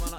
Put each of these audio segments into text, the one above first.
もの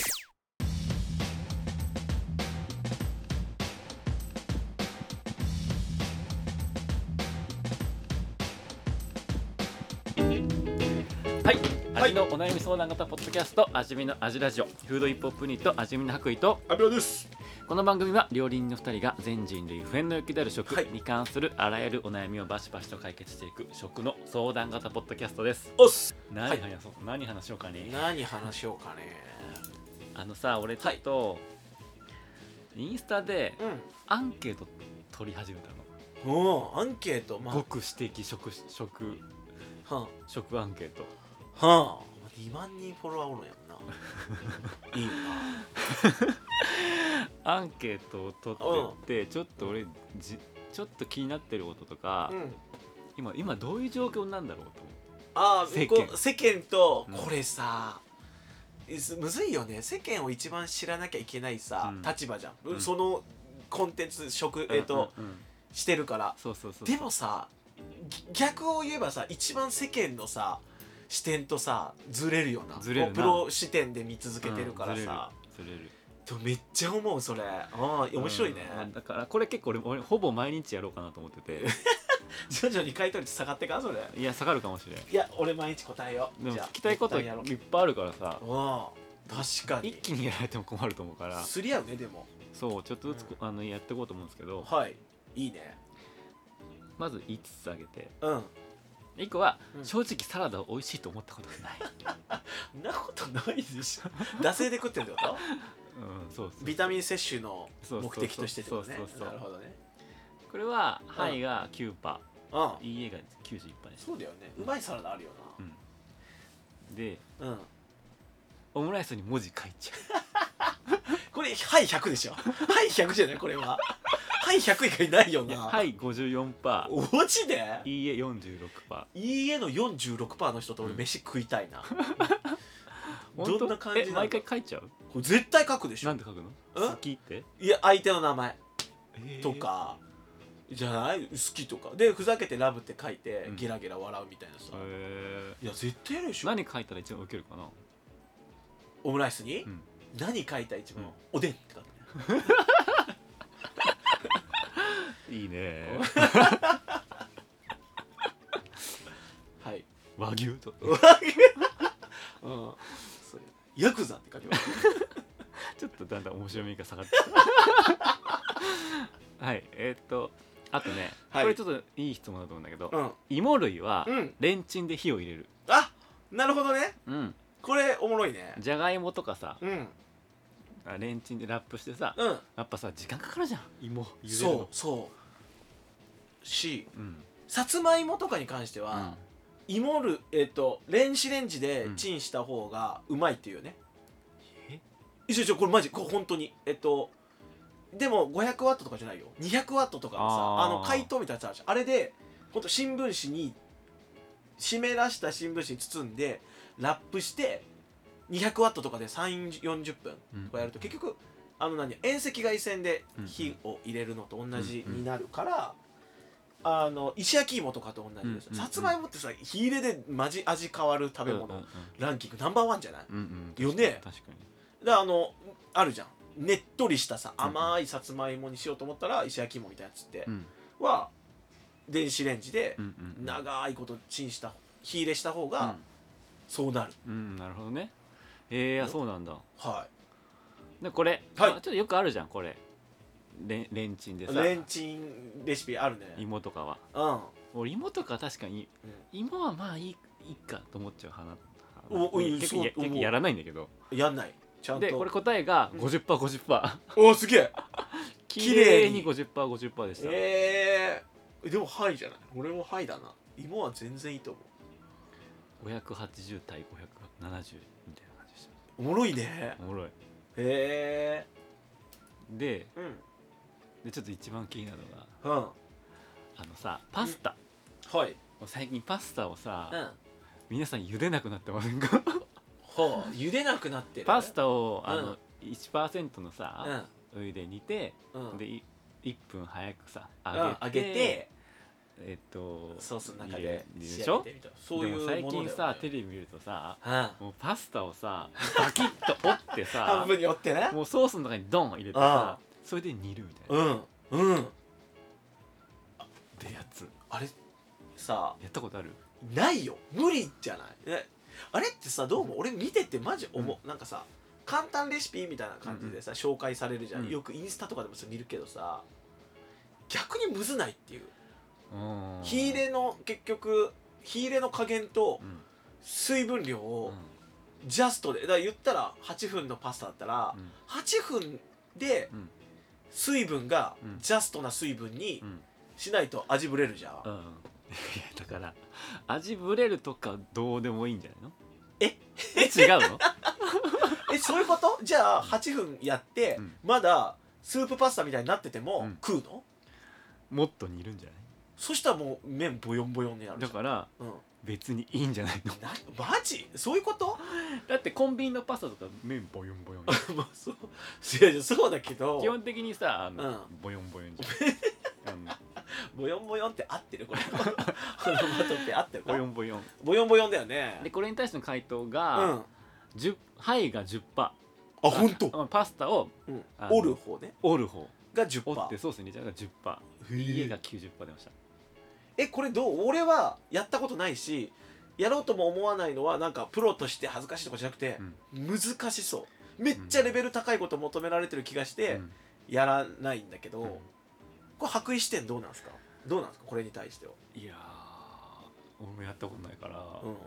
はい味のお悩み相談型ポッドキャスト味見の味ラジオフードイップホップニーと味見の白衣とアビロですこの番組は料理人の2人が全人類不変の欲である食に関するあらゆるお悩みをバシバシと解決していく食の相談型ポッドキャストですおっす何話そう、何話しようかね何話しようかねあのさ俺ちょっと、インスタでうアンケート取り始めたの、んおアンケートま極指摘食食あは食アンケートあはあ2万人フォロワーおるんやもんなアンケートを取ってってちょっと俺じちょっと気になってることとか、うん今今どういう状況なんだろうと思ってああ世世間間世間とうんこれさ、いすむずいよね世間を一番知らなきゃいけないさ、うん立場じゃん、うんそのコンテンツ職、えーとうんうんうんしてるからそうそうそうでもさぎ逆を言えばさ一番世間のさ視点とさずれるよなずれるなプロ視点で見続けてるからさ、うんずれるずでれるもめっちゃ思うそれああ面白いね、うんだからこれ結構俺俺ほぼ毎日やろうかなと思ってて徐々に回答率下がってかそれいや下がるかもしれんいや俺毎日答えようでもじゃあ聞きたいことい一旦やろうっぱいあるからさああ確かに一気にやられても困ると思うからすり合うねでもそうちょっとずつこあのやっていこうと思うんですけどはいいいねまず5つあげてうん1個はうん正直サラダを美味しいと思ったことがないそんなことないでしょ惰性で食ってるってことうんそう そうビタミン摂取のそうそ目うそう的としてってことねそうそうそうなるほどねこれは範囲が9パうんいいえが91パでしそうだよねうまいサラダあるよたでなうんオムライスに文字書いちゃこれはい100でしょはい100じゃないこれははい100以外ないよういやなはい54パおマジでいいえ46パいいえの46%の人と俺うん飯食いたいな本どん当な感じなんえだ毎回書いちゃうこれ絶対書くでしなょんて書くのえ好きっていや相手の名前とかじゃない好きとかでふざけてラブって書いてうんゲラゲラ笑うみたいなさへいや絶対やるでーしょ何書いたら一番ウケるかなオムライスに、うん何書いた一番、うんおでんって書いていいねあるはい、和牛と うん、それヤクザって書いてます ちょっとだんだん面白みが下がってき たはいえーっとあとね、はいこれちょっといい質問だと思うんだけど、うん芋類はうんレンチンで火を入れるあなるほどねうんこれおもろいねじゃがいもとかさうんあレンチンでラップしてさうんやっぱさ時間かかるじゃん芋茹でるそのうそうしうんさつまいもとかに関してうはん、芋るえっ、と電子レンジでうんチンした方がうまいっていうね、え一緒一緒これマジこれ本当にえっとでも500ワットとかじゃないよ200ワットとかのさああーの解凍みたいなやつあるじゃんあれでほんと新聞紙に湿らした新聞紙に包んでラップして200ワットとかで340分うんとかやると結局あの何遠赤外線で火を入れるのと同じになるから、あの石焼き芋とかと同じです、うんうんうんさつまいもってさ火入れでマジ味変わる食べ物、うんランキングナンバーワンじゃないうんうんうんよね確かにであのあるじゃんねっとりしたさ甘いさつまいもにしようと思ったら石焼き芋みたいなやつって、うんは電子レンジでうんうんうん長いことチンした火入れした方うがんそうなる、うんなるほどねえー、あそうなんだはでこれ、はいあちょっとよくあるじゃんこれレンレンチンでいさレンチンレシピあるね芋とかはうん俺芋とか確かに芋はまあいいいいかと思っちゃう派なおおいい結構やそう思う結構やらないんだけどうんやんないちゃんとでこれ答えが 50%50% おーすげえ綺綺麗麗にに 50%50% でした、えー、でもはいじゃない俺もはいだな芋は全然いいと思580対570みたいな感じでしたうおもろいねおもろいへえでうんでちょっと一番気になるのがうんはあのさパスタ、い最近パスタをさ、うんは皆さん茹でなくなってません かあ茹でなくなってるパスタをうんあの、1%のさ、うお湯で煮て、んうんでい1分早くさうん揚揚げて,、げてえっとソースの中入れでるで仕し上ょげてみたいなそういうもでのもだよ最近さテねレビ見るとさうんもうパスタを さバキッと折ってさ半分に折ってねもうソースの中にドン入れてさそれで煮るみたいなうんうんってやつあれさやったことあるないよ無理じゃないえあれってさどうも俺見ててマジ思う、なんかさ簡単レシピみたいな感じでさ、紹介されるじゃん、うんよくインスタとかでもさ見るけどさ逆にむずないっていううん火入れの結局火入れの加減とうん水分量うんをジャストでだから言ったら8分のパスタだったら、うん8分でうん水分がうんジャストな水分にうんしないと味ぶれるじゃん、うんいやだから味ぶれるとかどうでもいいんじゃないのえ違うのえそういうことじゃあ8分やって、うんまだスープパスタみたいになってても、うん食うのもっと煮るんじゃないそしたらもう麺ボヨンボヨンになるじだゃんからうん、別にいいんじゃないのなマジそういうこと だってコンビニのパスタとか麺ボヨンボヨンまあそういやいやそうだけど基本的にさあの、うボヨンボヨンじゃんあボヨンボヨンって合ってるこれこのマトって合ってる のボヨンンボヨンボヨンボヨンだよねでこれに対しての回答うんが、あ10はいが10%パ本当、パスタをうんあ、の折る方ね折る方が10%折ってソースに入れちゃうが10%パへえ家が90%パ出ましたえこれどう俺はやったことないしやろうとも思わないのはなんかプロとして恥ずかしいとかじゃなくて、難しそうめっちゃレベル高いこと求められてる気がして、うんやらないんだけど、うんこれ白衣視点どうなんですかどうなんですかこれに対しては、いやー俺もやったことないから、うん、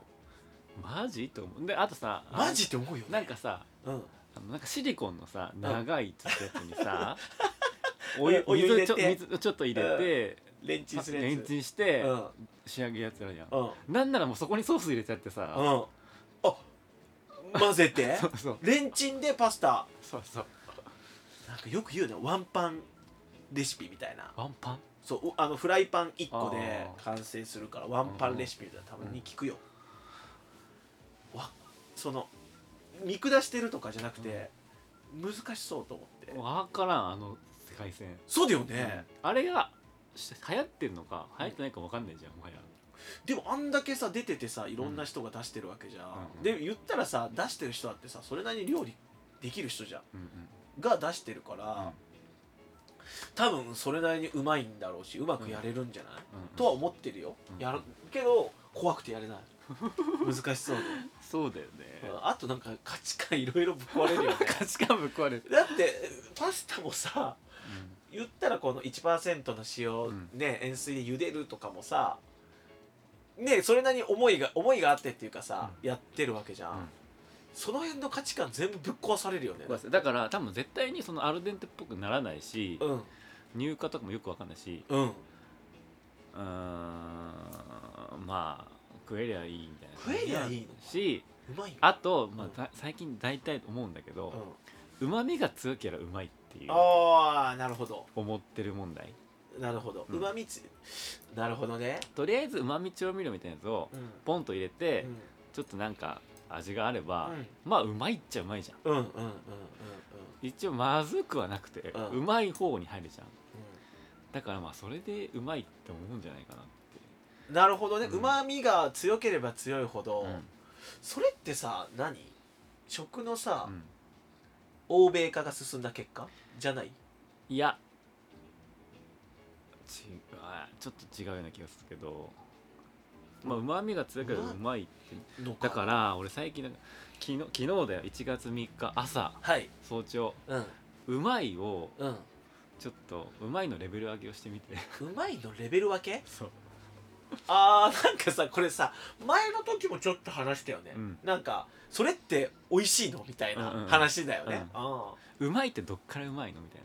マジと思うであとさあのマジって思うよねなんかさうん、あのなんかシリコンのさん長いつってやつ にさお湯お湯入れ水ちょて水ちょっと入れて、レンチンするやつレンチンして、うんうん仕上げるやつやるじゃん、うんなんならもうそこにソース入れちゃってさ、あ混ぜて そうそうレンチンでパスタそうそうなんかよく言うねワンパンレシピみたいなワンパンそうおあのフライパン1個であー完成するからワンパンレシピみたいなたまに聞くよ、わその見下してるとかじゃなくて、難しそうと思ってわからんあの世界線、そうだよね、あれがし流行ってんのか流行ってないかわかんないじゃんもはやでもあんだけさ出ててさいろんな人が出してるわけじゃん、うんで言ったらさ出してる人だってさそれなりに料理できる人じゃんうんうんが出してるから、多分それなりにうまいんだろうしうまくやれるんじゃない、うんとは思ってるよ、うんやるけど怖くてや れない難しそうでそうだよね、あとなんか価値観いろいろぶっ壊れるよね価値観ぶっ壊れる、だってパスタもさ言ったらこの1%の塩、うんね塩水で茹でるとかもさねそれなりに思いが思いがあってっていうかさ、やってるわけじゃん、うんその辺の価値観全部ぶっ壊されるよねだから多分絶対にそのアルデンテっぽくならないし、うん乳化とかもよくわかんないしうんうーんまあ食えりゃいいみたいな食えりゃいいのしうまいよあと、まうんあだ最近大体思うんだけうんどうま、みが強ければうまいっていうああなるほど思ってる問題なるほどうんうまみつなるほどねとりあえずうまみ調味料みたいなやつをうんポンと入れて、うんちょっとなんか味があれば、うんまあうまいっちゃうまいじゃんうんうんうんうんうん一応まずくはなくて、ううんまい方に入るじゃんだからまあそれでうまいって思うんじゃないかなってうんなるほどねうんうまみが強ければ強いほどうんそれってさ何食のさうん欧米化が進んだ結果じゃないいやちあちょっと違うような気がするけどまあうまみが強いけどうまいうまいってのかだから俺最近なんか昨日昨日だよ1月3日朝はい早朝うんうまいをうんちょっとうまいのレベル上げをしてみてうまいのレベル分け そうあーなんかさこれさ前の時もちょっと話したよね、うんなんかそれって美味しいのみたいうんうなん話だよね、うあーうまいってどっからうまいのみたい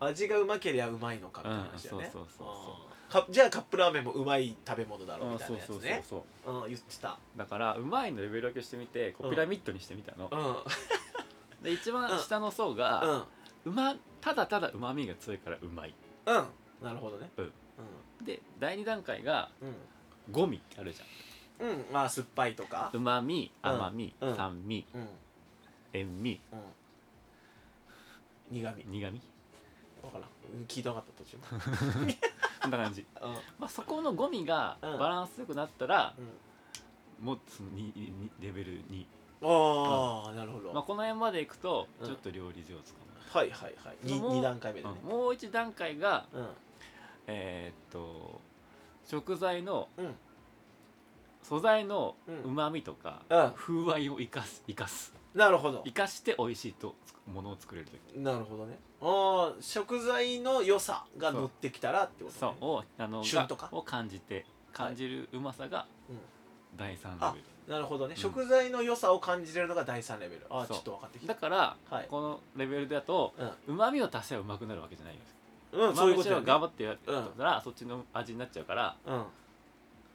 な味がうまけりゃうまいのかって話だよね、うんそうそうそうそうあーかじゃあカップラーメンもうまい食べ物だろみあたいそなうやつそうそうねそううん言ってただからうまいのレベル上げをしてみてこううんピラミッドにしてみたの、うんで一番下の層うが、んうまただただうまみが強いからうまいうんなるほどねうんで第2段階がうん五味ってあるじうん、うん、まあ酸っぱいとかゃんうまみうん甘み、うん酸味うんうん塩味苦味苦味わからんうん聞いたかった途中こんな感 じ、うんまあ、そこの五味がうんバランスよくなったら、うんもうそのににレベル2、ああ、なるほど、まあ、この辺までいくとうんちょっと料理上手かはいはいはいにもう二段階目でな、ねうんもう一段階がうんうんえーっと食材のうん素材のうんうまみとか、風合いを生かす生かすなるほど生かして美味しいとつくものを作れるというなるほどねああ食材の良さが乗ってきたらってことそうねをあの旬がとかを感じて感じるうまさがうん第3あレベなるほどね、うん食材の良さを感じれるのが第3レベルああちそうょっと分かってきルだたから、はいこのレベルだとうまみを足せばうまくなるわけじゃないんですうん、う、うんまそういみうことよ、ね、頑張ってやったら、そっちの味になっちゃうから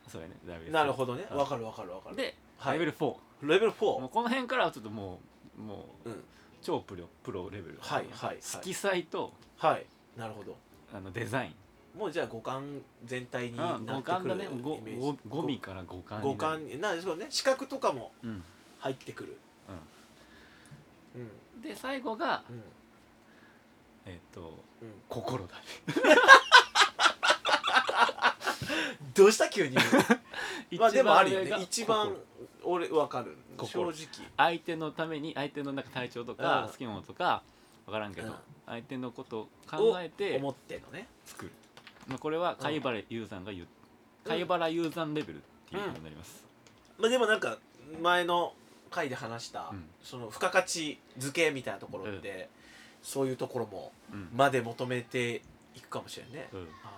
それねだいぶうん、なるほどねうん分かる分かる分かるで、はいレベル4もレベル4うこの辺からはちょっともうもう、うん超プロプロレベルはいはいはい色彩とはいなるほどあのデザインもうじゃあ五感全体になあってくる五感だねイメごージご五味から五感になる五感になんでしょうね視覚とかもうん入ってくるうんうんで最後がうんえっ、とうん心だねどうした急 にまあでもあるよ一番上ね一番が心俺分かる正心直相手のために相手のなんか体調とかうん好きなものとか分からんけど、うん相手のことを考えて思ってのね作る、まあ、これは貝原雄山が言ううん貝原雄山レベルっていうことになります、まあでもなんか前の回で話した、うんその付加価値付けみたいなところって、そういうところもうんまで求めていくかもしれないね、うんあー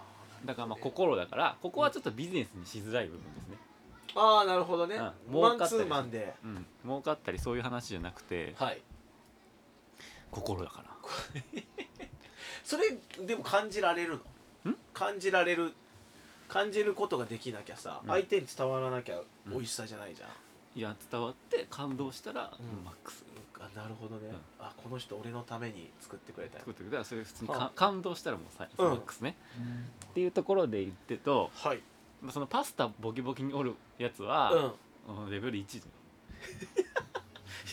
だからまあ心だからここはちょっとビジネスにしづらい部分ですね、あーなるほどね、うんマ儲ンかっツたりーマンでうん、儲かったりそういう話じゃなくてはい心だからそれでも感じられるのん感じられる感じることができなきゃさ、うん相手に伝わらなきゃ美味しさじゃないじゃん、いや伝わって感動したら、うんマックスあなるほどね、うんあこの人俺のために作ってくれたよ作ってくれたらそれ普通にかあ感動したらもうさうんマックスね、っていうところで言ってとはいまあそのパスタボキボキにおるやつうは、んうんレベル1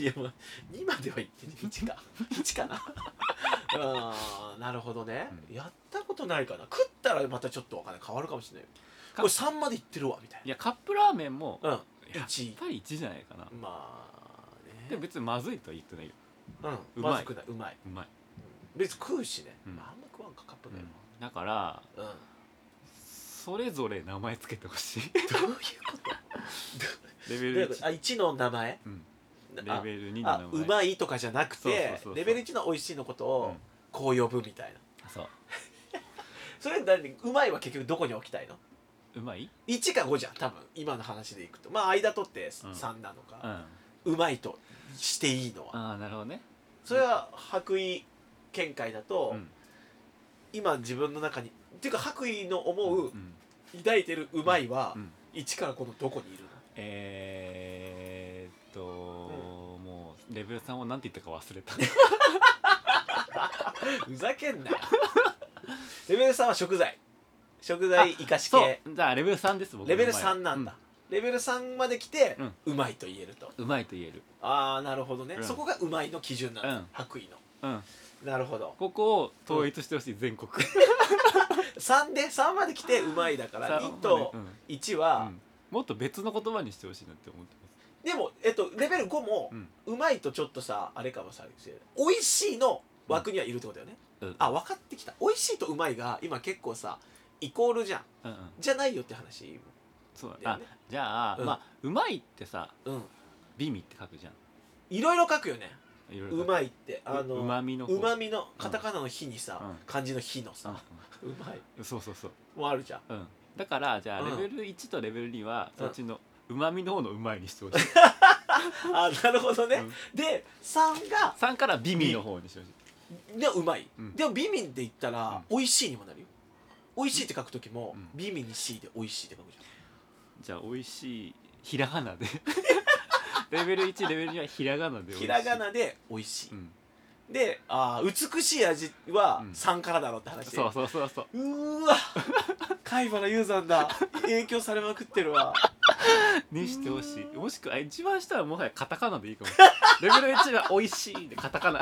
いやまあ2までは言ってね1か 1かな あーなるほどね、うんやったことないかな食ったらまたちょっとお金変わるかもしれないよかこれ3までいってるわみたいいやカップラーメンもなうんやっ1ぱり1じゃないかな、まあねでも別にまずいとは言ってないよううんまいまずくないうまい、うまい、うん別に食うしね、うんまあ、あんま食わんかカップう麺んだからはそれぞれ名前つけてほしいうん、どういうこ レベとルどういうこ1とあ1の名前うん、レあベル2の名前あうまいとかじゃなくてそうそうそうそうレベル1の美味しいのことうをんこう呼ぶみたいな、そうそれ何うまいは結局どこに置きたいのうまい1か5じゃん多分今の話でいくとまあ間取ってうん3なのうんか、あうまいとしていいのは、あなるほどねそれは白衣見解だと、うん今自分の中にっていうか白衣の思う、ん抱いてるうまいは、うん1からこのどこにいるのえー、っと、もうレベル3を何て言ったか忘れたふざけんなレベル3は食材食材生かしそう系じゃあレベル3です僕のレベル名前は3なんだ、レベル3まで来て、うんうまいと言えるとうんうまいと言えるああなるほどね、うんそこがうまいの基準なんだ、うん白衣のうんなるほどここを統一してほしい全国3で3まで来てうまいだからさあ2とうん1うは、んもっと別の言葉にしてほしいなって思ってますでも、えっと、レベル5も、うんうまいとちょっとさあれかもさ美味しいの枠にはいるってことだよね、うんあ分かってきた美味しいとうまいが今結構さイコールじゃんうんうんじゃないよって話そうだだよねあじゃあ、うんまあうまいってさうん美味って書くじゃんいろいろ書くよねいろいろういまいってあのうまみの方うまみのカタカナの「火」にさ、うん漢字の「火」のさ、うまいうんそうそうそうもある じゃんうんだからじゃあうんレベル1とレベル2はうんそっちのうまみの方のうまいにしてほしいあなるほどね、うんで3が3から美味の方にしてほしいでうまい、うんでも美味で言ったら、美味しいにもなるよ美味しいって書く時も、うん美味に「し」で美味しいって書くじゃん じゃあ美味しいひらがなでレベル1レベル2はひらがなで美味しいひらがなで美味しい、うんであー美しい味はうん3からだろって話で、そうそうそうそううーわ貝原雄山だ影響されまくってる わにしてほしいもしくは一番下はもはやカタカナでいいかも レベル1は美味しいでカタカナ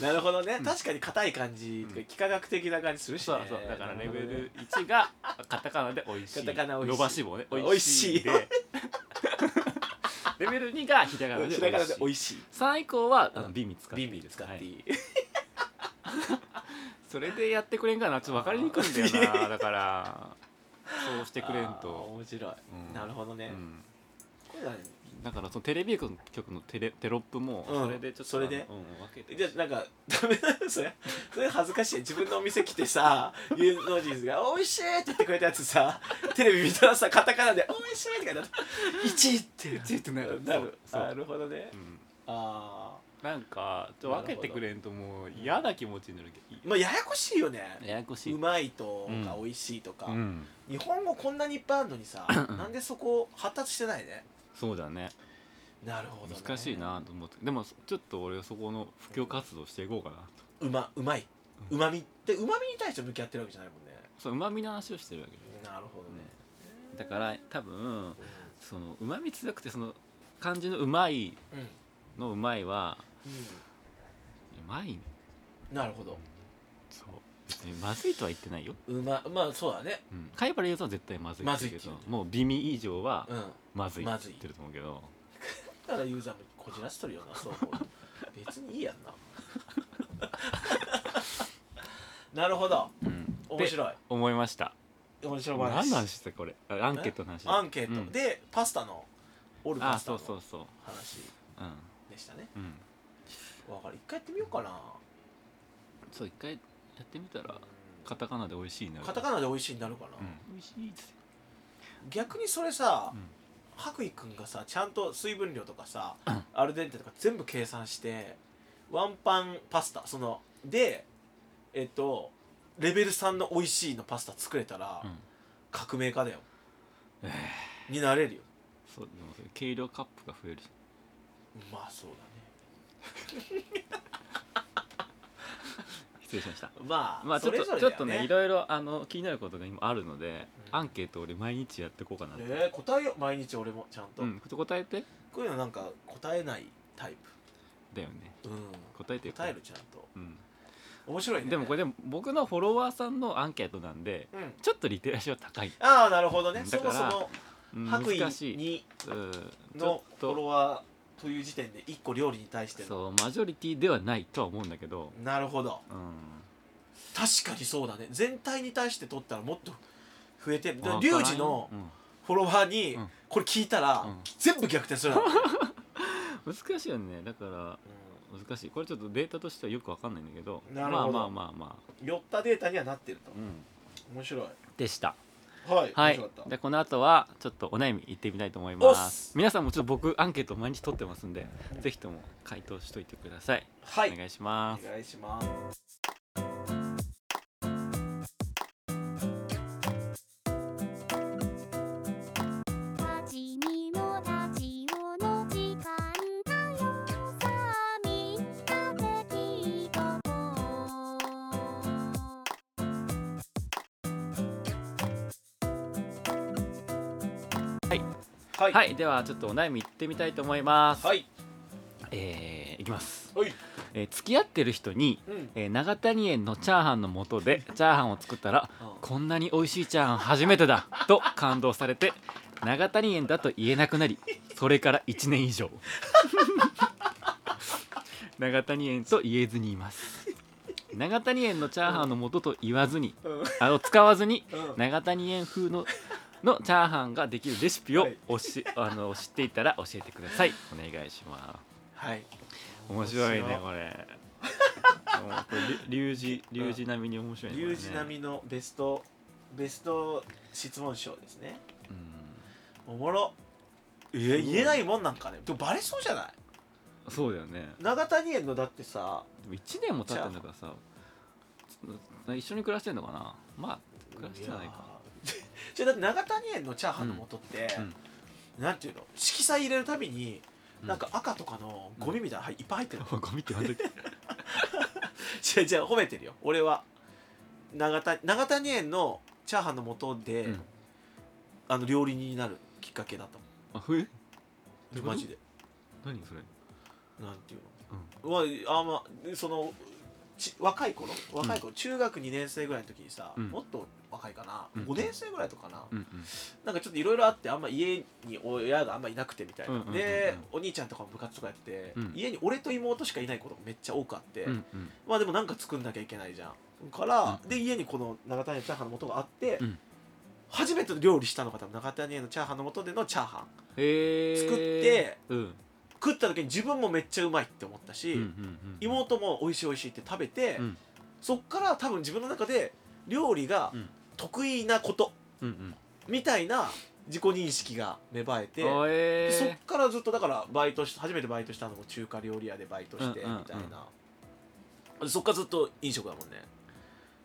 なるほどね、確かに硬い感じとかうん幾何学的な感じするし、そねうそうだからレベル1がカタカナで美味しいカタカナ美味しい伸ばし棒ね美味しい美味でレベル2がひらがなでひらがなで美美味しい味しい3以降はあうのん美味使ってビいいンビン使はっいていい、それでやってくれんかなちょっと分かりにくいんだよ なだからそうしてくれんあーと、面白い、うんなるほどうね、ん、これ何だからそのテレビ局のテレテロップもうんそれでちょっと、それであのうん、分けてじゃあなんかダメなのそれそれ恥ずかしい自分のお店来てさ芸能人が「美味しい!」って言ってくれたやつさテレビ見たらさカタカナで「美味しい!」って書いてあった1位って1ってなるなるそうそうなるほどねうんあなんかちょっと分けてくれんともう嫌な気持ちになるけどいあまあややこしいよねややこしいうまいとかうん美味しいとか、うん日本語こんなにいっぱいあるのにさなんでそこ発達してないねそうだねなるほど、ね、難しいなと思ってでもちょっと俺はそこの布教活動していこうかなとうまうまいうまみってうまみに対して向き合ってるわけじゃないもんねそううまみの話をしてるわけでなるほどねだから多分そのうまみ強くてその漢字のうまいうん、うんのうまいはうまいなるほどそう別にまずいとは言ってないよ、うままあそうだねうん、貝原優さんは絶対まずいって言うけどまずいってもう美味以上はうんまずいってまずい言ってると思うけど、だからユーザーもこじらしとるよ なそう思う別にいいやんな なるほどうん、面い白い思いました面白い話何の話してたこれあアンケートの話アンケート、うんでパスタのオルパああスタそのうそうそう話うんでしたねうんわかる一回やってみようかなそう一回やってみたらカカタカナで美味しいなカタカナで美味しいになるかな、うん、美味しいっつって逆にそれさ、うん白衣くんがさちゃんと水分量とかさ、うんアルデンテとか全部計算してワンパンパスタそのでえっとレベル3の美味しいのパスタ作れたら、うん革命家だよえになれるよそうでもそれ軽量カップが増えるしまあそう失礼しましただねまあ、まあちょっそとれぞれちだょよっとねいろいろあの気になることが今あるので、うんアンケート俺毎日やっていこうかなって、えー答えよ毎日俺もちゃんと、うんちょっと答えてこういうのなんか答えないタイだよねプ、うん、答えてよ答えるちゃんとうん、面白いねでもこれれでも僕のフォロワーさんのアンケートなんでうんちょっとリテラシーは高い、ああなるほどねそだかもらそもうん白衣難しい、にうん、ちょのっフォロとワーという時点で一個料理に対してのそうマジョリティではないとは思うんだけど、なるほどうん、確かにそうだね全体に対して取ったらもっと増えてるでわからんよリュウジのうんフォロワーにうんこれ聞いたらうん全部逆転するだ ろうね難しいよねだから難しいこれちょっとデータとしてはよくわかんないんだけどなるほどまあまあまあまあ、うん寄ったデータにはなってるとうん、面白いでしたはいは面い白かったでこの後はちょっとお悩み言ってみたいと思いまおっす皆さんもちょっと僕アンケート毎日取ってますんでぜひとも回答しといてください、はおい願いしまおす願いします立ちにも立ちよの時間だよさあみんなで聞いとこうははい、ではちょっとお悩み言ってみたいと思います、はいえー、いきます、はいえー付き合ってる人に、うんえー長谷園のチャーハンの素でチャーハンを作ったらこんなに美味しいチャーハン初め てだと感動されて長谷園だと言えなくなりそれから1年以上 長谷園と言えずにいます長谷園のチャーハンの元と言わずにうんあの使わずにうん長谷園風ののチャーハンができるレシピをおし、あの知っていたら教えてくださいお願いしまはい す面白い面白ねいこれもうこれ龍二龍二並みに面白いねこ龍れね二並みのベストベスト質問賞ですねうんおもろいや言えないもんなんかねでもバレそうじゃないそうだよね長谷園のだってさでも1年も経ったんだからさつ一緒に暮らしてんのかなまあ暮らしてないか じゃあだって長谷園のチャーハンの元って、うんなんていうの色彩入れるたびにうんなんか赤とかのゴミみたいなの はいっぱい入ってるゴミってなんだっけ違う違う褒めてるよ俺は長谷長谷園のチャーハンの元で、うんあの料理人になるきっかけだったも あふえんマジで何それなんていうの、はあまあそのち若い頃若い頃、中学2年生ぐらいの時にさ、うんもっと若いかな、うん5年生ぐらいとかな、うんなんかちょっといろいろあってあんま家に親があんまいなくてみたいな、うんうんうんうんでお兄ちゃんとかも部活とかやって、うん家に俺と妹しかいないことがめっちゃ多くあって、うんうんうんまあでもなんか作んなきゃいけないじゃんから、うんで家にこの長谷のチャーハンの素があって、うん初めて料理したのが多分長谷のチャーハンの素でのチャーハンへえ作ってうん食った時に自分もめっちゃうまいって思ったし、うんうんうん妹も美味しい美味しいって食べて、うんそっから多分自分の中で料理がうん得意なことうんうんみたいな自己認識が芽生えて、あでえそーっからずっとだからバイトし初めてバイトしたのも中華料理屋でバイトしてみうんうんうんたいな、でそっからずっと飲食だもんね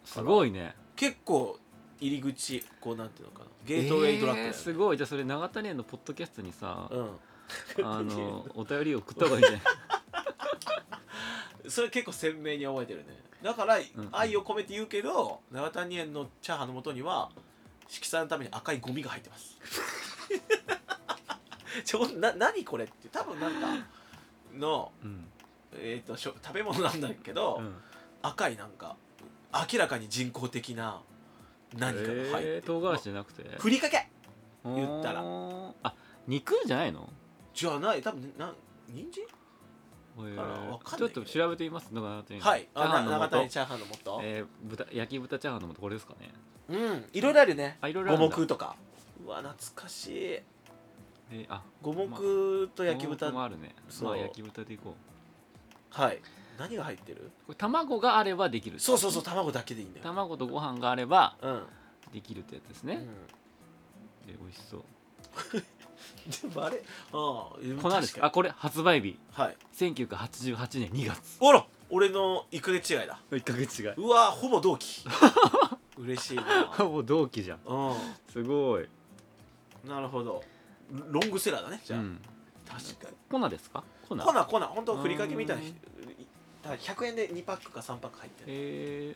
すごいね結構入り口こうなんていうのかなゲートウェイドラッグだよえーねすごいじゃあそれ永谷園のポッドキャストにさあうんのお便り送った方が いいんじゃないそれ結構鮮明に覚えてるねだからん愛を込めて言うけど永谷園のチャーハンのもとには色彩のために赤いゴミが入ってます ちょな何これって多分なんかの、うんえー、としょ食べ物なんだけど、うん赤いなんか明らかに人工的な何かが入ってる、えー唐辛子じゃなくてふりかけ言ったらあ肉じゃないのじゃない多分なん人参へーあらわかんちなょいっけどと調べてみますのがはいチャーハンの長谷素チャーハンの素、えー豚焼き豚チャーハンの素これですかねうんいろいろあるねあいろいろ五あるんだ目とかうわ懐かしいえーあ五目と焼き豚、五目もあるねそうまあ焼き豚でいこはい何が入ってるうこれ卵があればできるそうそうそう卵だけでいいんだよ卵とご飯があればうん、うん、できるってやつですね、えー美味しそうでもあれああこのです確あこれ発売日かにはい1988年2月おら俺の1ヶ月違いだ1ヶ月違いうわほぼ同期嬉しいな もう同期じゃんうすごい、んなるほどロングセラーだねじうゃあ、ん、確かに粉ですか粉粉粉ほんとふりかけみたいなうんだから100円で2パックか3パック入ってるえ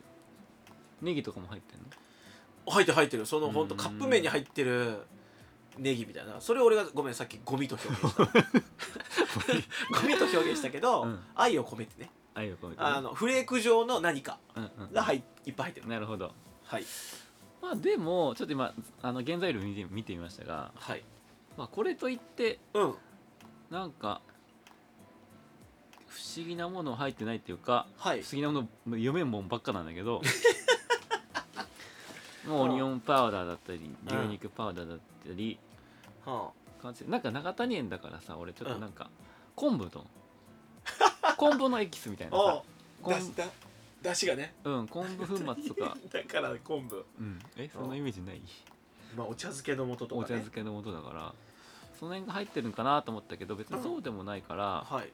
ー、ネギとかも入ってんの入ってる入ってるそのほんとうんカップ麺に入ってるネギみたいなそれ俺がごめんさっきゴミと表現したゴミと表現したけど、うん愛を込めてねあいよこうあのフレーク状の何かうんうんが入っいっぱい入ってるなるほどはいまあでもちょっと今あの原材料見て見てみましたが、はいまあ、これといってうんなんか不思議なもの入ってないっていうかはい不思議なもの読めんもんばっかなんだけど もうオニオンパウダーだったり牛肉パウダーだったりは完成なんか長谷園だからさ俺ちょっとなんか昆布と昆布のエキスみたいあなおさう昆だしだだしがね布うん昆布粉末とかだから昆布 うんえそんなイメージないまあお茶漬けの素とか、ね、お茶漬けの素だからその辺が入ってるんかなと思ったけど別にそうでもないから、はい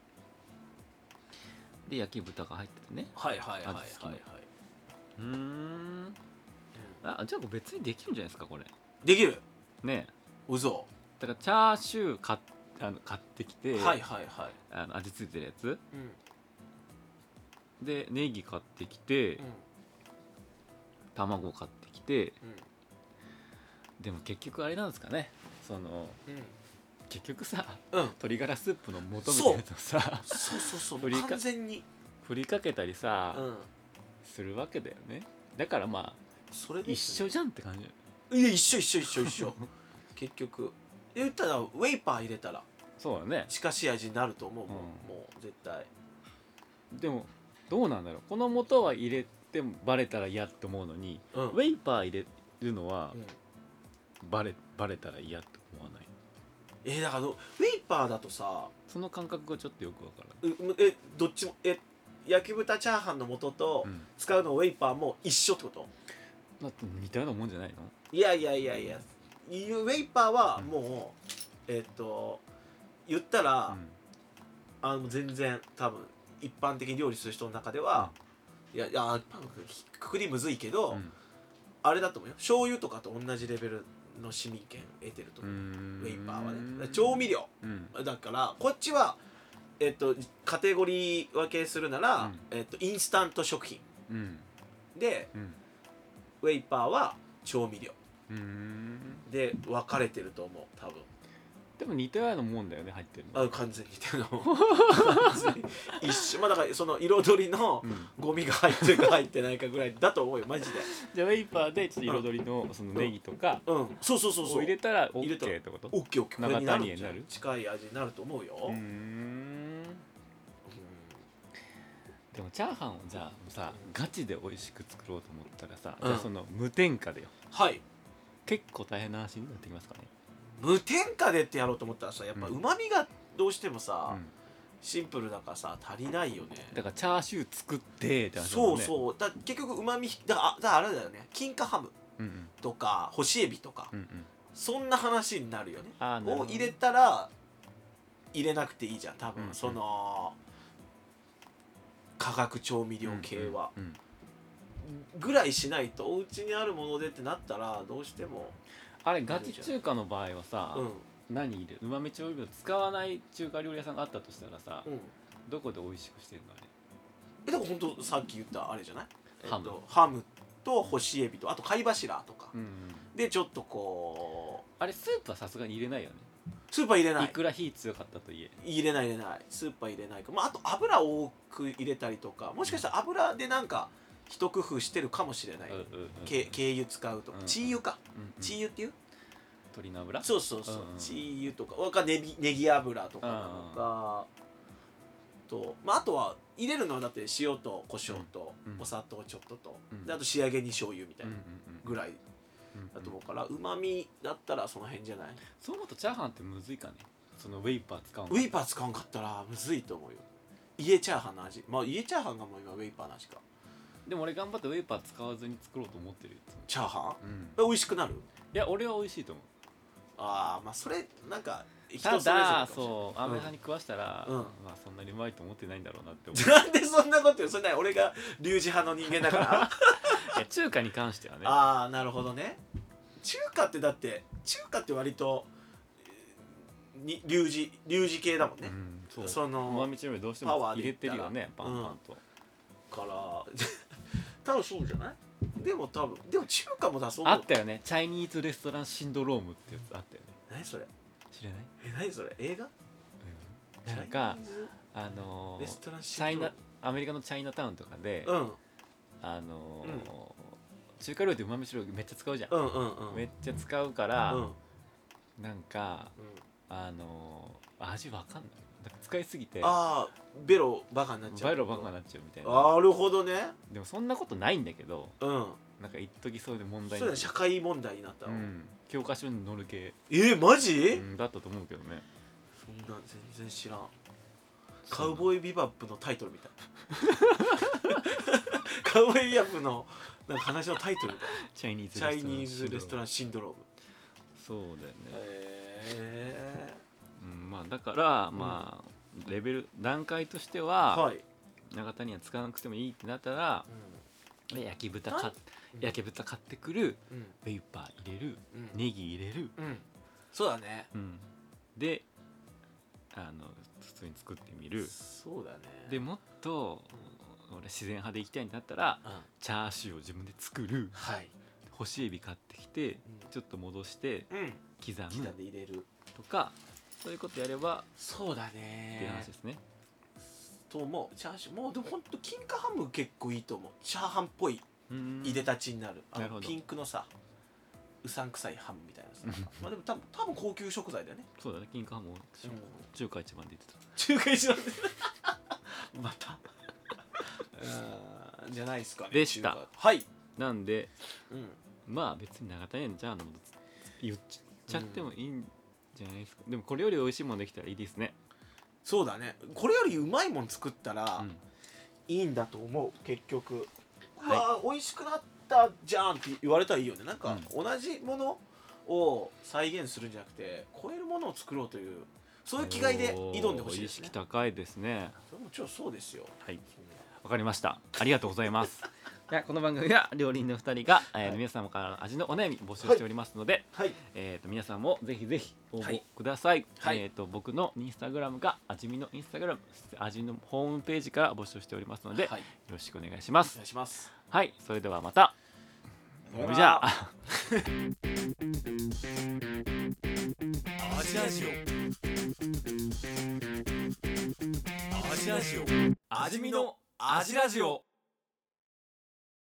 で焼き豚が入っててねはいはいはいはい味付けはいうんあじゃあ別にできるんじゃないですかこれできるねうそ、だからチャーシュー買っあの買ってきて、はいはいはいあの味付いてるやつうんでネギ買ってきて、うん卵買ってきてうんでも結局あれなんですかねそのうん結局さうん、鶏ガラスープの素みたいなやつをさそうそうそうぶりか完全に、 振りかけたりさ、うん、するわけだよねだからまあそれで一す緒ね、じゃんって感じいや一緒一緒一緒一 緒結局で言ったらウェイパー入れたらそうだね近しい味になると思うもん、うんもう絶対でもどうなんだろうこの素は入れてもバレたら嫌って思うのに、うん、ウェイパー入れるのはうんバレバレたら嫌って思わないえーだからどウェイパーだとさその感覚がちょっとよくわからないうむえどっちもえ焼き豚チャーハンの素とうん使うのウェイパーも一緒ってこと、だって似たようなもんじゃないのいやいやいやいやいうウェイパーはもう、えっと言ったら、あの全然多分一般的に料理する人の中では、いやいやパンくくりむずいけど、うんあれだと思うよ醤油とかと同じレベルの市民権得てるとう思う、んウェイパーはねだから調味料うんだからこっちはえっとカテゴリー分けするなら、うんえっとインスタント食品うんでうんウェイパーは調味料うんで分かれてると思う多分でも似たようなもんだよね入ってるのあ完全に似てるの 完全に一緒まあだからその彩りのうんゴミが入ってるか入ってないかぐらいだと思うよマジでじゃあウェイパーでちょっと彩りのそのネギとかうんそうそうそうそをう入れたら入れた OK ってことオッケーオッケーこれになるんじゃ長谷になないる近い味になると思うよ、うーんでもチャーハンをじゃあさガチで美味しく作ろうと思ったらさ、じゃあその無添加でよはい結構大変な話になってきますかね無添加でってやろうと思ったらさやっぱううんまみがどうしてもうさ、んシンプルだからさ足りないよねだからチャーシュー作ってって話だそもんうねそうだ結局うまみだあだからあれだよね金華ハムうんうんとか干しエビとか、うんうんそんな話になるよねあーなるほをど入れたら入れなくていいじゃん多分、うんその化学調味料系は、うんうんうんぐらいしないとお家にあるものでってなったらどうしてもあれガチ中華の場合はさ、うん何入れるうまみ調味料使わない中華料理屋さんがあったとしたらさ、うんどこで美味しくしてるのあれえだから本当さっき言ったあれじゃないハムえっと、ハムと干しエビとあと貝柱とか、うん、でちょっとこあれスープはさすがに入れないよね、うスーパー入れないい、くら火強かったといえ入れない入れないスーパー入れないか、まあ、あと油多く入れたりとかもしかしたら油でなんか一工夫してるかもしれない、うんうんうんけ軽油使うとか、うんチー油か、うんうんチー油っていう鶏の油そうそうそう、うんうんチー油とかわかネギネギ油とかなのか、と、まあ、あとは入れるのはだって塩と胡椒とうんうんお砂糖ちょっとと、うんであと仕上げに醤油みたいうんなうんうんぐらいうんだと思うからうまみだったらその辺じゃない、そう思うとチャーハンってむずいかねそのウェイパー使うのウェイパー使わんかったらむずいと思うよ家チャーハンの味まあ家チャーハンがもう今ウェイパーの味かでも俺頑張ってウェイパー使わずに作ろうと思ってるよいつもチャーハンうん美味しくなるいや俺は美味しいと思うああまあそれなんか人たそれぞれだかもしれないそうアメさんに食わしたら、うんまあそんなにうまいと思ってないんだろうなって思うなんでそんなこと言うそれな俺がリュウジ派の人間だから いや中華に関してはねああなるほどね中華ってだって中華って割とえーにリュウジリュウジ系だもんね、うん、そうそのうまみ調味料どうしてパもワー入でれ言ったてらるよねパンパンと、から 多分そうじゃないでも多分でも中華もだそうあったよねチャイニーズレストランシンドロームってやつあったよね何それ知らない、え何それ映画なんかチャイニーズあのーレストランチャインドロナアメリカのチャイナタウンとかで、ームあのー中華料理でうまみ調味料めっちゃ使うじゃん、うんうんうんうんめっちゃ使うから、うんうんなんかあのー味わかんないなんか使いすぎてああベロバカになっちゃうバイロバカになっちゃうみたいななるほどねでもそんなことないんだけどうんなんか一時そうでそ問題うだねになって社会問題になったうわ、ん、教科書に載る系、えー、マうジ、ん、だったと思うけどねそんなん全然知らんカウボーイビバップのタイトルみたい カウボーイビバップのなんか話のタイトルみたいチャイニーズチャイニーズレストンランシンドロームそうだよね、へうん、まあだからまあ、レベル段階としては、はい、長谷は使わなくてもいいってなったら焼き豚買っうん焼き豚買ってくるうんウェイパー入れるうんネギ入れる、うん、そうだねうん、であの普通に作ってみるそうだねでもっと俺自然派で行きたいんだったらうんチャーシューを自分で作るはい干しエビ買ってきうてんちょっと戻してうん刻刻むんで入れるとかそういうことやればそうだっていうね話ですね、と思うチャーシューもうでもほんと金華ハム結構いいと思うチャーハンっぽいうんいでたちになる、あなるのほどピンクのさうさんくさいハムみたいなさまあでも多分多分高級食材だよね、 そうだね金華ハムを中華一番で言ってた中華一 なんでまた うんじゃないですかねでした中華はい、なんでうん、まあ別に長谷園じゃあの言っちゃってもいいんじゃないですか、でもこれより美味しいものできたらいいですね、そうだねこれよりうまいもん作ったうらん、いいんだと思う結局、いうわー美味しくなったじゃんって言われたらいいよねなんか同じものを再現するんじゃなくて超えるものを作ろうというそういう気概で挑んでほしいですおー意識ね高いですねそれもちろんそうですよ はいわかりましたありがとうございますいやこの番組は料理人の二人が、えー皆様からの味のお悩み募集しておりますので、はいえー、と皆さんもぜひぜひ応は募いください、はいえー、と僕のインスタグラムが味見のインスタグラム味のホームページから募集しておりますので、はいよろしくお願いしまおす願いしますはいそれではまたさよならじゃあアジラジオアジラジオ味見のアジラジオ